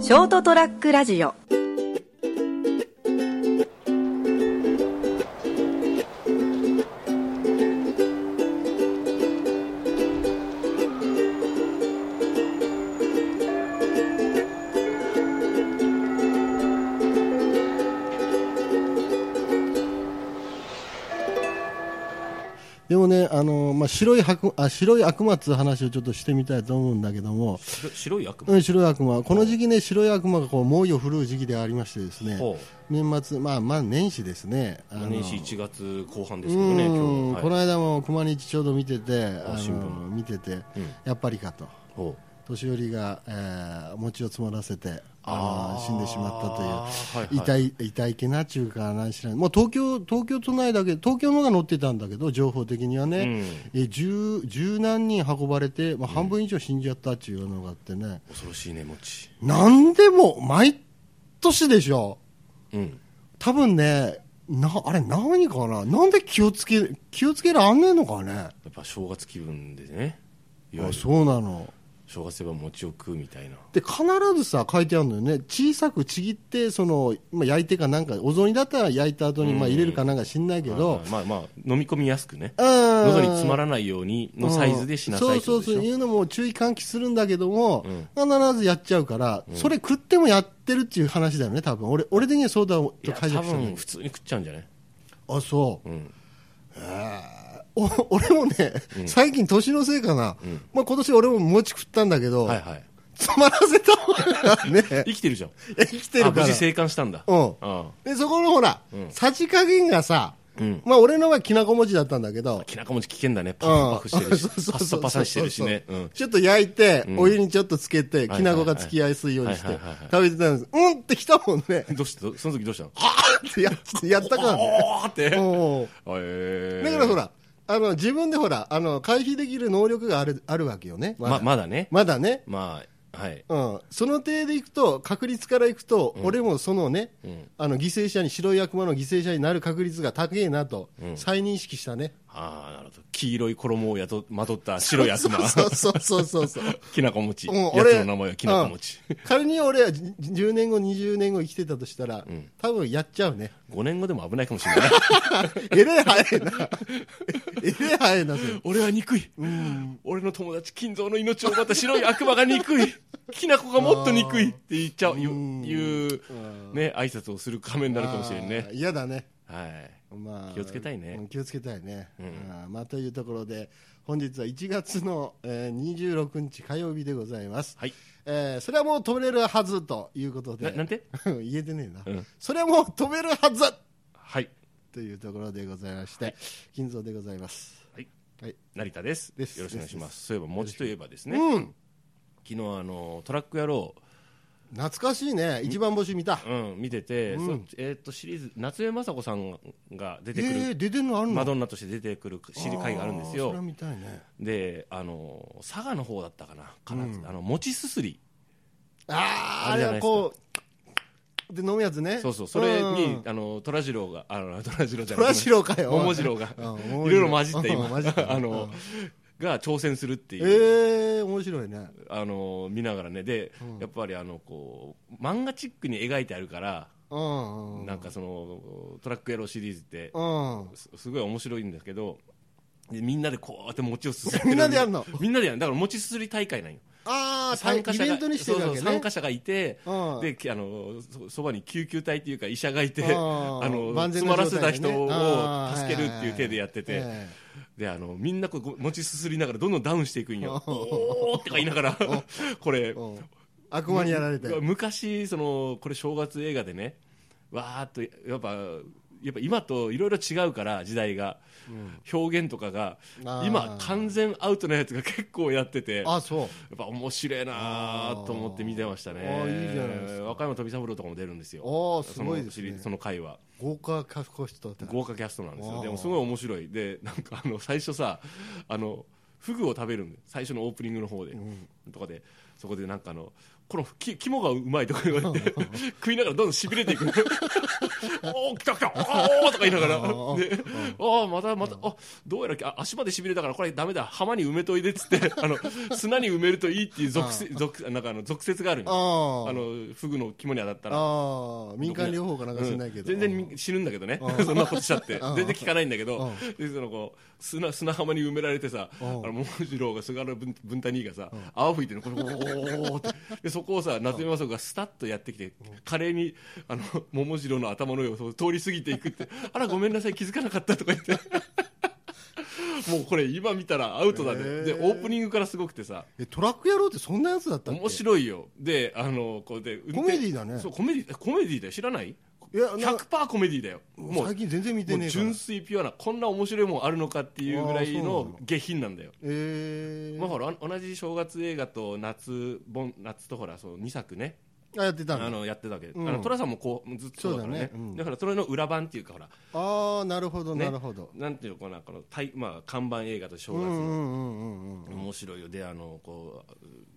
ショートトラックラジオでもね、あのまあ、白い白あ白い悪魔っていう話をちょっとしてみたいと思うんだけども、白白い悪う魔、ん、白い悪魔この時期ね白い悪魔がこう猛威を振るう時期でありましてですねほう年末、まあ、まあ年始ですねあの年始1月後半ですけどね、今うん、日このはい間も熊日ちょうど見ててあ新聞の見てて、うんやっぱりかとほう年寄りが、えー餅を積もらせてあのあー死んでしまったという、はいはい痛い痛いけなっちゅうかなんしらもう東京東京都内だけ東京のが載ってたんだけど情報的にはね、え十十何人運ばれて、まあ、半分以上死んじゃったっていうのがあってね、恐ろしいね、餅。なんでも毎年でしょうん。多分ねなあれ何かななんで気をつけ気をつけらんねえのかねやっぱ正月気分でね、いわゆあるそうなの正月といえば餅を食うみたいな。で必ずさ書いてあるのよね小さくちぎってその、まあ、焼いてかなんかお雑煮だったら焼いた後にまあうん入れるかなんか知んないけど、はいはいまあまあ、飲み込みやすくね、喉喉に詰まらないようにのサイズでしなさいってそこうとでそうしそょういうのも注意喚起するんだけども、うん必ずやっちゃうから、それ食ってもやってるっていう話だよね多分俺俺的にはそうだといや解多釈したの分普通に食っちゃうんじゃないあそううん。お俺もね、最近年のせいかな、んまあ、今年俺も餅食ったんだけど、はいはい。つまらせた方がね 生きてるじゃん。生きてるあか無ら事生還したんだ。うんあでそこのほら、うんさじ加減がさ、うんまあ、俺のはきなこ餅だったんだけどあ。きなこ餅危険だね。うパんフパフしてるし、そパうそうそうッそサうパサしてるしね。うん。ちょっと焼いて、うんお湯にちょっとつけて、はいきなこがつき合いやすいようにしてはいはいはいはい、食べてたんです。うんってきたもんね。どうしたその時どうしたのってやってやったからね。おーって。うんえーだからほら、あの、自分でほら、あの、回避できる能力がある、あるわけよね。ままだね、まだね。まあ、はい、うん。その程でいくと、確率からいくと、俺もそのね、うんあの、犠牲者に、白い悪魔の犠牲者になる確率が高えなと、うん再認識したね。ああ、なるほど、黄色い衣をやとまとった白い悪 魔、そうそうそうそう そう。きなこ餅、やうつん俺の名前はきなこ餅、仮に俺はじ10年後、20年後生きてたとしたら、ん多分やっちゃうね。 5年後でも危ないかもしれない、 えれ早いな。えれ早いな、それ。俺は憎い、俺の友達、金蔵の命を奪った白い悪魔が憎い、きなこがもっと憎いって言っちゃう、いううんいうね、挨拶をする仮面になるかもしれんあねー。嫌だね。はいまあ、気をつけたいねうん気をつけたいね。うんあーまあ、というところで、本日は1月の、えー、26日火曜日でございます。はい、えーそれはもう飛べるはずということで。ななんて 言えてねえな、うんそれはもう飛べるはずはい、というところでございまして、金蔵でございます。はい、はい。成田ですですよろしくお願いしま。ですそういえば、餅といえばですね、うん。昨日あのトラック野郎、懐かしいね。一番星見た。うん、見てて、うんそえーっとシリーズ夏江雅子さんが出てくる、えー、出てんのあるのマドンナとして出てくる知り会があるんですーそれはよ見たいね。であの佐賀の方だったかなかな、うんあの餅すすりああ、ああれれじはいゃなですかこう、で飲むやつね。そうそうそれうにん、あの虎次郎があの虎次郎じゃトないラジロかよ。桃次郎 がうんいろいろ混じって今、うん混じった あのが挑戦するってえいー、う、面白いね。あの見ながらねで、やっぱりあのこう漫画チックに描いてあるから、うん。なんかそのトラック野郎シリーズってうん。すすごい面白いんですけどでみんなでこうやって餅をすすっ てみんなでやんのみんなでやるだから餅すすり大会なんよああ、参加者イがベントにしてるわけそうね。そう参加者がいて、うんできあのそそばに救急隊っていうか医者がいて、うん あの万全詰なま状ら態でせねた人を助けるっていう手でやってて、はいはいはいえであのみんなこうご餅すすりながらどんどんダウンしていく んよおーってか言いながら これえうん悪魔にやられて。む昔そのこれ正月映画でねわーっとやっぱやっぱ今といろいろ違うから時代が、表現とかがあー今完全アウトなやつが結構やっててやっあそう。ぱ面白いなーと思って見てましたねあーいいじゃないですか若山富三郎とかも出るんですよあーすごいですねそのシリーズその回は豪華カフコ室と。豪華キャストなんですあーよでもすごい面白いでなんかあの最初さあのフグを食べるんで最初のオープニングの方で、とかでそこでなんかあのこのき肝がうまいとか言われて食いながらどんどんしびれてい くおお来た来たおおとか言いながらうんでああまたまたあどうやらあ足までしびれたからこれダメだ浜に埋めといでっつってあの砂に埋めるといいっていう俗せ俗なんかあの俗説があるんですああのフグの肝に当たったらああ民間療法かなんかうしんないけど、全然死ぬんだけどねうんそんなことしちゃってうん全然効かないんだけどうでそのこう砂砂浜に埋められてさあうんの桃次郎が菅原文文太兄がさ泡吹いてるのこれおーおーってでそこをさ夏目雅子がスタッとやってきて華麗にあの桃次郎の頭の上をそう通り過ぎていくってあらごめんなさい気づかなかったとか言ってもうこれ今見たらアウトだへねーでオープニングからすごくてさえトラック野郎ってそんなやつだったっけ面白いよであのこうで運転コメディだねそうコメディコメディだよ知らないいやな100%コメディだよもう最近全然見てもねうえから純粋ピュアなこんな面白いもんあるのかっていうぐらいあーそうなのの下品なんだよえまあほらあの同じ正月映画と夏本夏とほらそう2作ねあやってたあののやってたわけで、うんあの寅さんもこうずっとそうだからねそうだだねうんからそれの裏版っていうかほらああなるほどねなるほど、なんていうのかなこの対、まあ、看板映画と正うん月うのんうんうんうん面白いよであのこ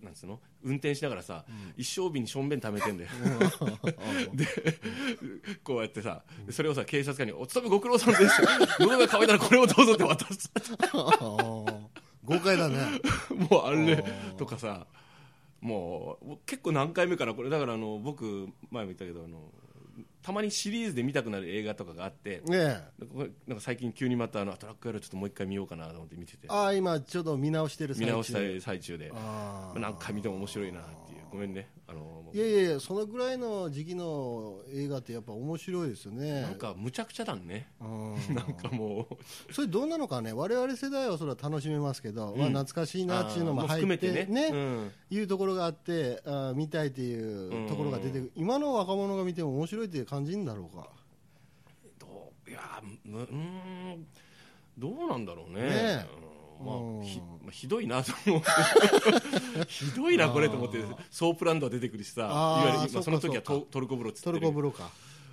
うなんつうの運転しながらさ、一生日にしょんべん貯めてんだよ でこうやってさそれをさ警察官に「お勤めご苦労さん です」「喉が渇いたらこれをどうぞ」って渡 すあー豪快 だねもうあれとかさもう結構何回目からこれだからあの僕前も言ったけどあのたまにシリーズで見たくなる映画とかがあってねえなんかこれなんか最近急にまたあのトラックやるちょっともう一回見ようかなと思って見ててああ今ちょうど見直してる見最直し中た最中であー何回見ても面白いなっていうごめんねあのもういやいやいやそのぐらいの時期の映画ってやっぱ面白いですよねなんかむちゃくちゃだねうんなんかもうそれどうなのかね我々世代はそれは楽しめますけど、まあ、懐かしいなっていうのもあー入含めっててねねうんいうところがあってあー見たいっていうところが出てくる今の若者が見ても面白いって感じんだろうかどういやーむうーんどうなんだろうねねえうんまうんあひまあひどいなと思って ひどいなこれと思ってソープランドは出てくるしさいあーそわゆる今うかその時はそうトトルコ風呂っつってトるルコ風呂か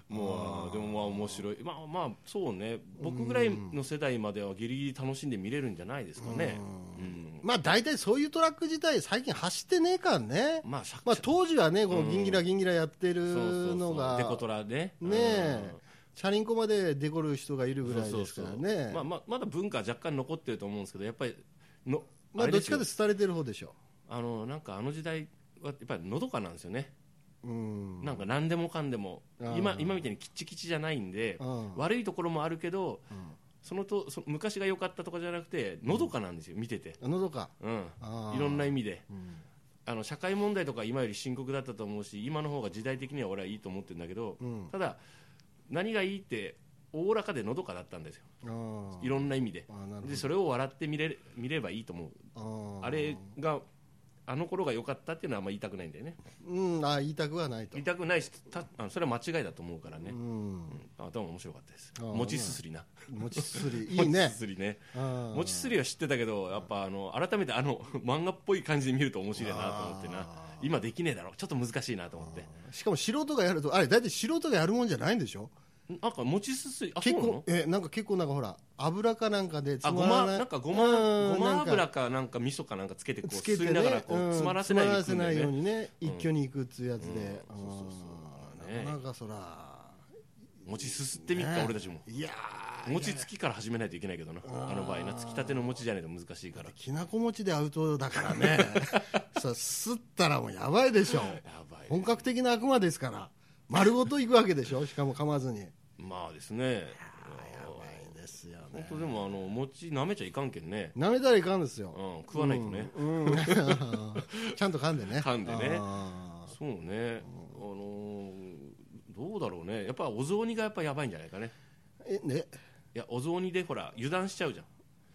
もうあーでもまあ面白いまあまあそうね僕ぐらいの世代まではギリギリ楽しんで見れるんじゃないですかねうんまあ大体そういうトラック自体最近走ってねえからね、まあさ まあ、当時はねこのギンギラギンギラやってそうそうるそのうがデコトラねねえチャリンコまでデコる人がいるうんぐらいですからねそうそうそうまあまあまだ文化は若干残ってると思うんですけどやっぱりのまあれどっすちよかで廃れてる方でしょあのなんかあの時代はやっぱりのどかなんですよね、うんなんか何でもかんでもあー今今みたいにキッチキチじゃないんで、うん悪いところもあるけど、そのとそ昔が良かったとかじゃなくてのどかなんですよ、見てて、のどかうん、あーいろんな意味で、んあの社会問題とか今より深刻だったと思うし今の方が時代的には俺はいいと思ってるんだけど、うんただ何がいいっておおらかでのどかだったんですよあーいろんな意味であーなるほどでそれを笑って見れ見ればいいと思うあーあれがあの頃が良かったっていうのはあんま言いたくないんだよねうんあー言いたくはないと言いたくないしたあのそれは間違いだと思うからねう、んあでも面白かったですあー餅すすりな餅すす りいいね餅すすりねうん餅すすりは知ってたけどやっぱあの改めてあの 漫画っぽい感じで見ると面白いなと思ってなあ今できねえだろちょっと難しいなと思ってしかも素人がやるとあれ大体素人がやるもんじゃないんでしょなんか餅すすりあそう結構なのえなんか結構なんかほら油かなんかでつあごまらまないなんかごまうんごまなん油かかなんか味噌かなんかつけてこうつけ吸ていながらねこううん詰まらせ詰ないまよらせないよううに食うんだよねにね一挙にいくっつうやつうんでそうそうあそうねーなかなかそら餅すすってみっかね俺たちもいやー餅つきから始めないといけないけどなあの場合なつきたての餅じゃないと難しいからきなこ餅でアウトだから ねさすったらもうやばいでしょやばい本格的な悪魔ですから丸ごといくわけでしょしかも噛まずにまあですねやばいですよ本ね当でもあの餅舐めちゃいかんけんね、舐めたらいかんですようん、食わないとね、うん、 ちゃんと噛んでね噛んでねあそうね、あのーどうだろうねやっぱお雑煮がやっぱやばいんじゃないかねーえねいやお雑煮でほら油断しちゃうじゃん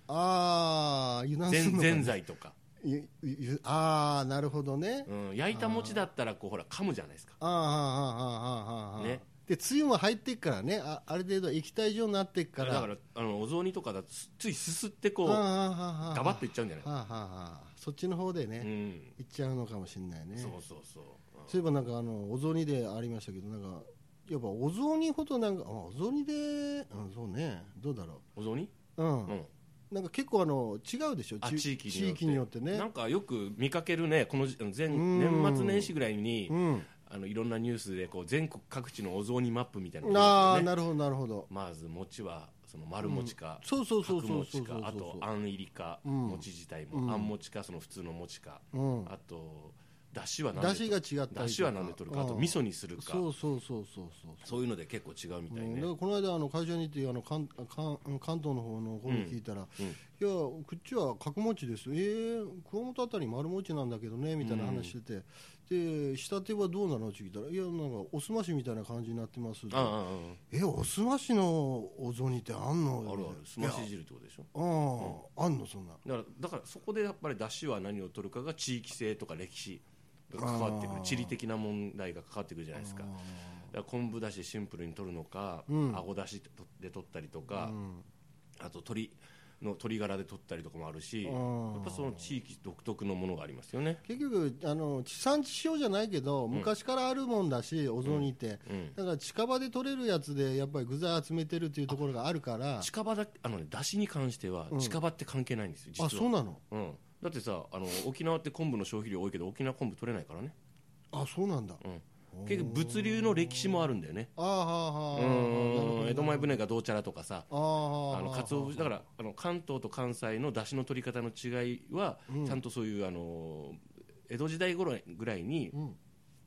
ああ油断すぜるのんかぜんざいとか、ゆゆゆああなるほどね、うん、焼いた餅だったらこうほら噛むじゃないですかあーあーあーあーあーあーあーねでつゆも入ってっからねあある程度液体状になってっかだかららあのお雑煮とかだとすついすすってこあーあうーあーあーガバッといっちゃうんじゃないはあはあはあそっちの方でね、う行んっちゃうのかもしれないねそうそうそうそういえばなんかあのお雑煮でありましたけどなんかやっぱお雑煮ほどなんかあお雑煮で、うん、そうねどうだろお雑煮う、うんうんなんか結構あの違うでしょあち地域によって地域によってねなんかよく見かけるねこのじ前ん年末年始ぐらいに、うんあのいろんなニュースでこう全国各地のお雑煮マップみたいなのがあああるんですよねなるほどなるほどまず餅はその丸餅か、そうそうそう角そうそ餅うそうかあとあん入りか、うん餅自体も、あん餅かその普通の餅か、うんあとだしは何出で汁が違ったりとかだしは何で取るかあとうん味噌にするかそうそうそうそうそうそういうので結構違うみたいうんね、だからこの間あの会社に行ってあの関関関東の方の方に聞いたら、いやこっちは角餅ですよえー、熊本あたり丸餅なんだけどねみたいな話してて、で下手はどうなのって聞いたらいやなんかおすましみたいな感じになってますってああああえおすましのお雑煮ってあんのああるあるすまし汁ってことでしょああ、あんのそんなだからだからそこでやっぱりだしは何を取るかが地域性とか歴史が関わってくあるー地理的な問題が関わってくるじゃないですかだから昆布だしシンプルに取るのか、うんあごだしで取ったりとうか、んあと鳥の鶏ガラで取ったりとかもあるしあやーっぱその地域独特のものがありますよね、結局あの地産地消じゃないけど昔からあるもんだし、お雑煮って、うん、だから近場で取れるやつでやっぱり具材集めてるっていうところがあるから近場だあのねだしに関してはうん近場って関係ないんですよ実はあそうなのうん、だってさあの沖縄って昆布の消費量多いけど沖縄昆布取れないからね、あそうなんだうん、結局物流の歴史もあるんだよねああはあうはあなるほんど江戸前船がどうちゃらとかさああはああのはあ鰹節だからあの関東と関西の出汁の取り方の違いは、ちゃんとそういうあの江戸時代頃ぐらいに、ん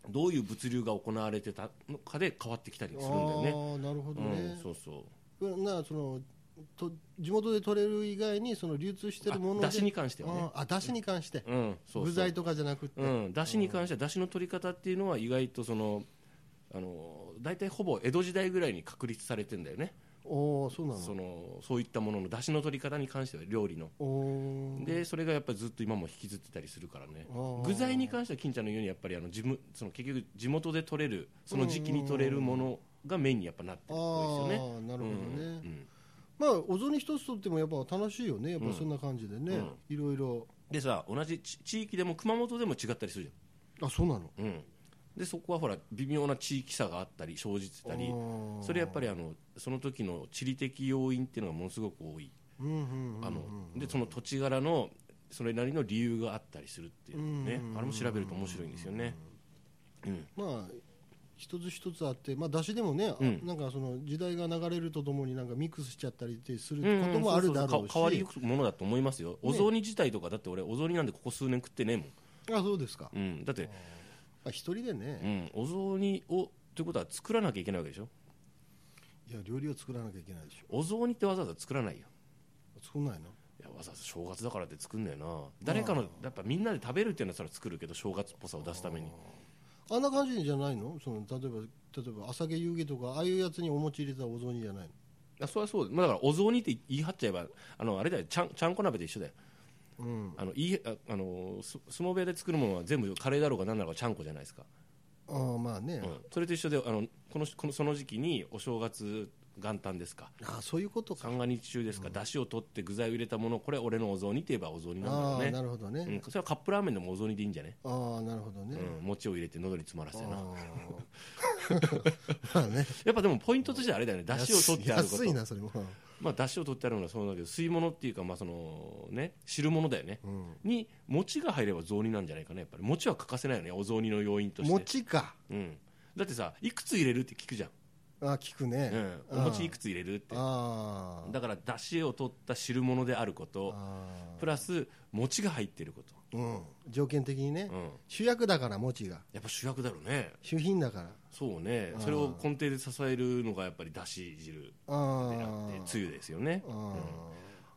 どういう物流が行われてたのかで変わってきたりするんだよね。ああなるほどうん、ねそうそううんなそのと地元で取れる以外にその流通してるものあで出汁に関してはねああ出汁に関してうん、そうそう具材とかじゃなくってうん、出汁に関しては出汁の取り方っていうのは意外とそのあの大体ほぼ江戸時代ぐらいに確立されてんだよね、おおそうなそののそういったものの出汁の取り方に関しては料理の、おおでそれがやっぱりずっと今も引きずってたりするからねあー具材に関しては金ちゃんのようにやっぱりあの自分その結局地元で取れるその時期に取れるものがメインにやっぱなってあるっぽいですよねあなるほどね、うんまあお雑煮一つとってもやっぱ楽しいよねやっぱそんな感じでね、うんいろいろでさ同じ地地域でも熊本でも違ったりするじあそうなのゃん、うん、でそこはほら微妙な地域差があったり生じてたりああそれやっぱりあのその時の地理的要因っていうのがものすごく多いうんうんうんあのでその土地柄のそれなりの理由があったりするっていうねあれも調べると面白いんですよねうんまあ一つ一つあって、まあ、出汁でもね、あうんなんかその時代が流れるとともになんかミックスしちゃったりってするうんこともあるだろうし、そそか変わりゆくものだと思いますよ、お雑煮自体とかだって俺お雑煮なんでここ数年食ってねえもん、あそうですか、うん、だって、あ一人でうね、ん、お雑煮をということは作らなきゃいけないわけでしょいや料理を作らなきゃいけないでしょお雑煮ってわざわざ作らないよ作んないのいやわざわざ正月だからって作んだよな誰かのやっぱみんなで食べるっていうのはそれは作るけど正月っぽさを出すためにあんな感じじゃないのその例えば例えば朝毛湯気とかああいうやつにお餅入れたお雑煮じゃないのあそれはそう、まあ、だからお雑煮って言い張っちゃえばあのあれだよちゃんちゃんこ鍋と一緒だようんあのいいああのす相撲部屋で作るものは全部カレーだろうが何だろうがちゃんこじゃないですかああまあね、うんそれと一緒であのこのこのその時期にお正月元旦ですかああそういうことか三が日中ですか、出汁を取って具材を入れたものこれ俺のお雑煮といえばお雑煮なんだろあうあねなるほどね、うん、それはカップラーメンでもお雑煮でいいんじゃね、ああなるほどうね、ん、餅を入れて喉に詰まらせてなああ まあ ねやっぱでもポイントとしてはあれだよね出汁を取ってあるこ安いとなそれも、まあ出汁を取ってあるのはそうだけど吸い物っていうかまあそのね汁物だよね、うん、に餅が入れば雑煮なんじゃないかなやっぱり餅は欠かせないよねお雑煮の要因として、餅かうん、だってさいくつ入れるって聞くじゃん、あ聞くね、うん、お餅いくつ入れるってあーだから出汁を取った汁物であることあプラス餅が入ってること、ー、うん、条件的にね、うん、主役だから餅がやっぱ主役だろうね主品だからそうねそれを根底で支えるのがやっぱりだし汁でああーってつゆですよねあ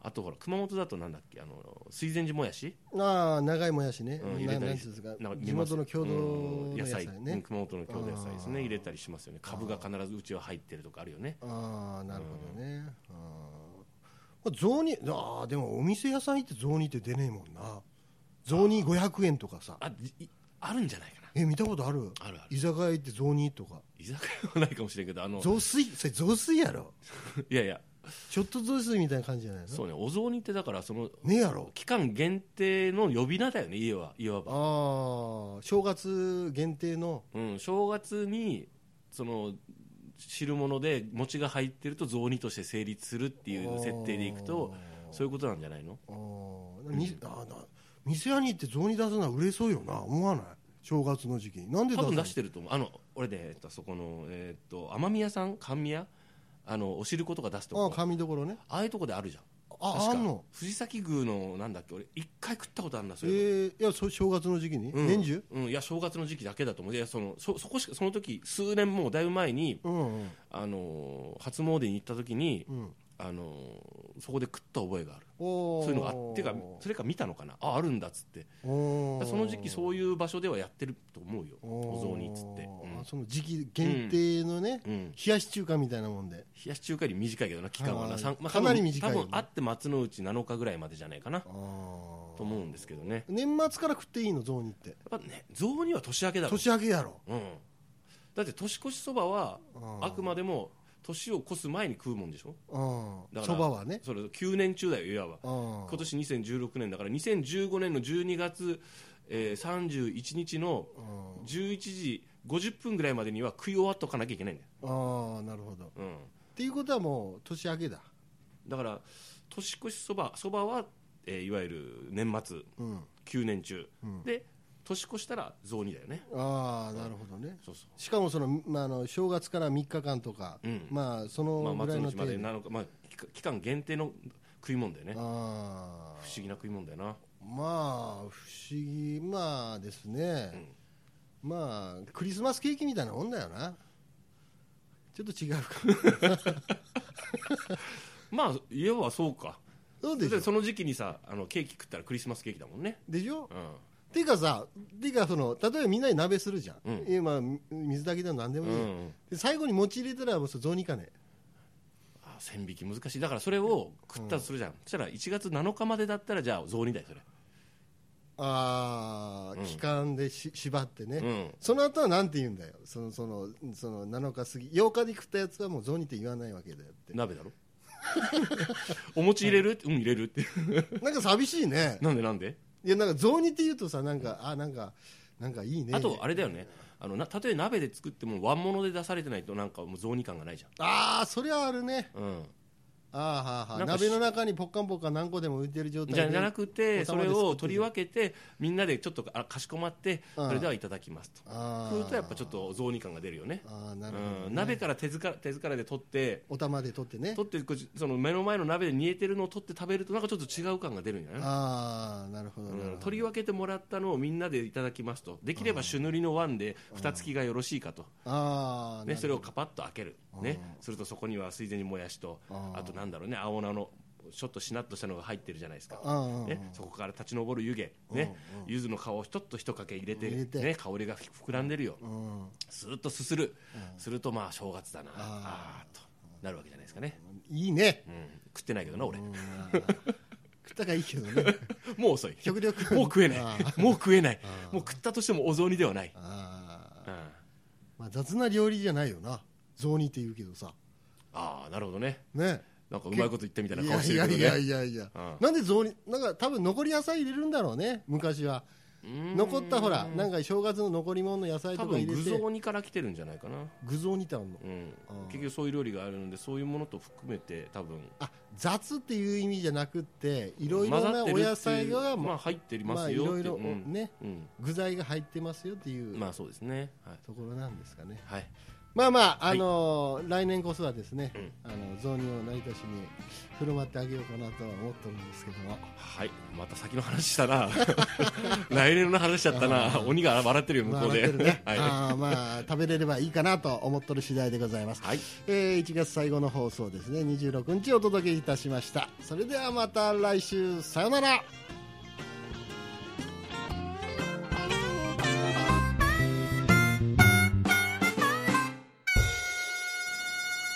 ー、あとほら熊本だとなんだっけあの水前寺もやし、あー長いもやしね、うん、入なれなたんりていうんですなんかか地見ま元すの郷土うのん野菜うねん、熊本の郷土野菜ですあねー入れたりしますよね株が必ずうちは入ってるとかあるよねああなるほどね、あーまあ雑煮あーでもお店屋さん行って雑煮って出ねえもんな雑煮500円とかさあいあるんじゃないかなえ見たことあるあるあ居る酒屋行って雑煮とか居酒屋はないかもしれんけどあの雑炊それ雑炊やろいやいやちょっと雑炊みたいな感じじゃないのそうねお雑煮ってだからそのねえやろ期間限定の呼び名だよね家はいわば、ああ正月限定のうん、正月にその汁物で餅が入ってると雑煮として成立するっていう設定でいくとそういうことなんじゃないのあーみあーな店屋に行って雑煮出すのは売れそうよな思わない正月の時期になんで多分出出すしてると思うあの俺ね、えっと、そこの、えっと雨宮さん甘宮あのお汁粉とか出すとのあこあ神どころねああいうとこであるじゃんあ確あかんの藤崎牛のなんだっけ俺一回食ったことあるんだそえれ、ー、いやそ正月の時期に、うん年中うん、いや正月の時期だけだと思ういやそのそそこしかその時数年もうだいぶ前に、うんうんあのー初詣に行った時に、うんあのーそこで食った覚えがあるおそういうのがあってかそれか見たのかなああるんだっつってだからその時期そういういう場所ではやってると思うよお雑煮っつって、あその時期限定のね、うんうん冷やし中華みたいなもんで冷やし中華より短いけどな期間はあな、ーさんまあ、かなり短い多分多分あって松の内7日ぐらいまでじゃないかなあと思うんですけどね年末から食っていいの雑煮ってやっぱね雑煮は年明けだろ年明けやろうん、だって年越しそばはああくまでも年を越す前に食うもんでしょだからそばはねそれ9年中だよいわば今今年2016年だから2015年の12月、えー、31日の11時50分ぐらいまでには食い終わっとかなきゃいけないんだあよ、あなるほどっうん、ていうことはもう年明けだだから年越しそばそばは、えーいわゆる年末うん9年中、うんで年越したら雑煮だよねああなるほどねそうそうしかもその、まあ、あの正月から3日間とか、うんまあそまのあ、ぐらい松のの内ま程で度、なのか、まあ、期間期間限定の食い物だよねあ不思議な食い物だよなあまあ不思議まあですね、まあクリスマスケーキみたいなもんだよなちょっと違うか まあ言えばそうかそうでしだっょてその時期にさあのケーキ食ったらクリスマスケーキだもんねでしょうんっていうかさっていうかその例えばみんなで鍋するじゃん、うん今水炊きでも何でもういい、んで最後に餅入れたらもうそれ雑煮かねあ線引き難しいだからそれを食ったとするじゃん、そしたら1月7日までだったらじゃあ雑煮だよそれああ、うん期間でし縛ってね、うんその後はなんて言うんだよそのそのその7日過ぎ8日に食ったやつはもう雑煮って言わないわけだよって鍋だろ お餅入れる、うん入れるってなんか寂しいねなんでなんでいやなんか雑煮って言うとさなんかあなんかなんかいいねあとあれだよねあのなたとえ鍋で作っても和物で出されてないとなんかもう雑煮感がないじああそれはあるねゃん、うん、あーはーはーなんかし鍋の中にポッカンポッカン何個でも浮いてる状態じでゃじゃなくておそ玉でれ作ってるを取り分けてみんなでちょっとあかしこまってうんそれではいただきますとあー食うとやっぱちょっと雑煮感が出るよねあーなるほどね、うん、鍋から手づか手づからで取ってお玉で取ってね取ってこうその目の前の鍋で煮えてるのを取って食べるとなんかちょっと違う感が出るんじゃないああなるほどなるほうどん、取り分けてもらったのをみんなでいただきますとできれば朱塗りの碗で蓋付きがよろしいかと、ああ、ね、それををカパッと開ける、ね、するとそこには水前にもやしとああーとなんだろうね青菜のちょっとしなっとしたのが入ってるじゃないですか、あね、そこから立ち上る湯気、ね、柚子の皮をちょっと一かけ入れて入れてね、香りが膨らんでるよあ、うん、すーっとすする、するとまあ正月だなああーっとなるわけじゃないですかね、いいね、うん、食ってないけどな俺、うん、食ったがいいけど ねもう遅い極力もう食えないあもう食えないもう食ったとしてもお雑煮ではない、あうー、ん、あまあ、雑な料理じゃないよな雑煮って言うけどさあなるほどねねなんかうまいこと言ったみたいない顔やしているけやどねいやいやいや、うんなんで雑煮なんか多分残り野菜入れるんだろうね昔はうーん残ったほらなんか正月の残り物の野菜多とか入分れ具て雑煮から来てるんじゃないかな、具雑煮ってあんのうんあー、結局そういう料理があるのでそういうものと含めて多分あ雑っていう意味じゃなくっていろいろなお野菜がまあ入ってりままあすいよろっいてろうんねうん具材が入ってますよっていうまあそうですねはいところなんですかねはいまあまあ、はあいのー来年こそはですね、うんあの雑煮を成田市に振る舞ってあげようかなとは思ってるんですけどもはいまた先の話した な来年の話しちゃったな鬼が笑ってるよ向まあこう笑でってるね はいあーまあ食べれればいいかなと思ってる次第でございます、 はいえー1月最後の放送ですね26日お届けいたしましたそれではまた来週さよなら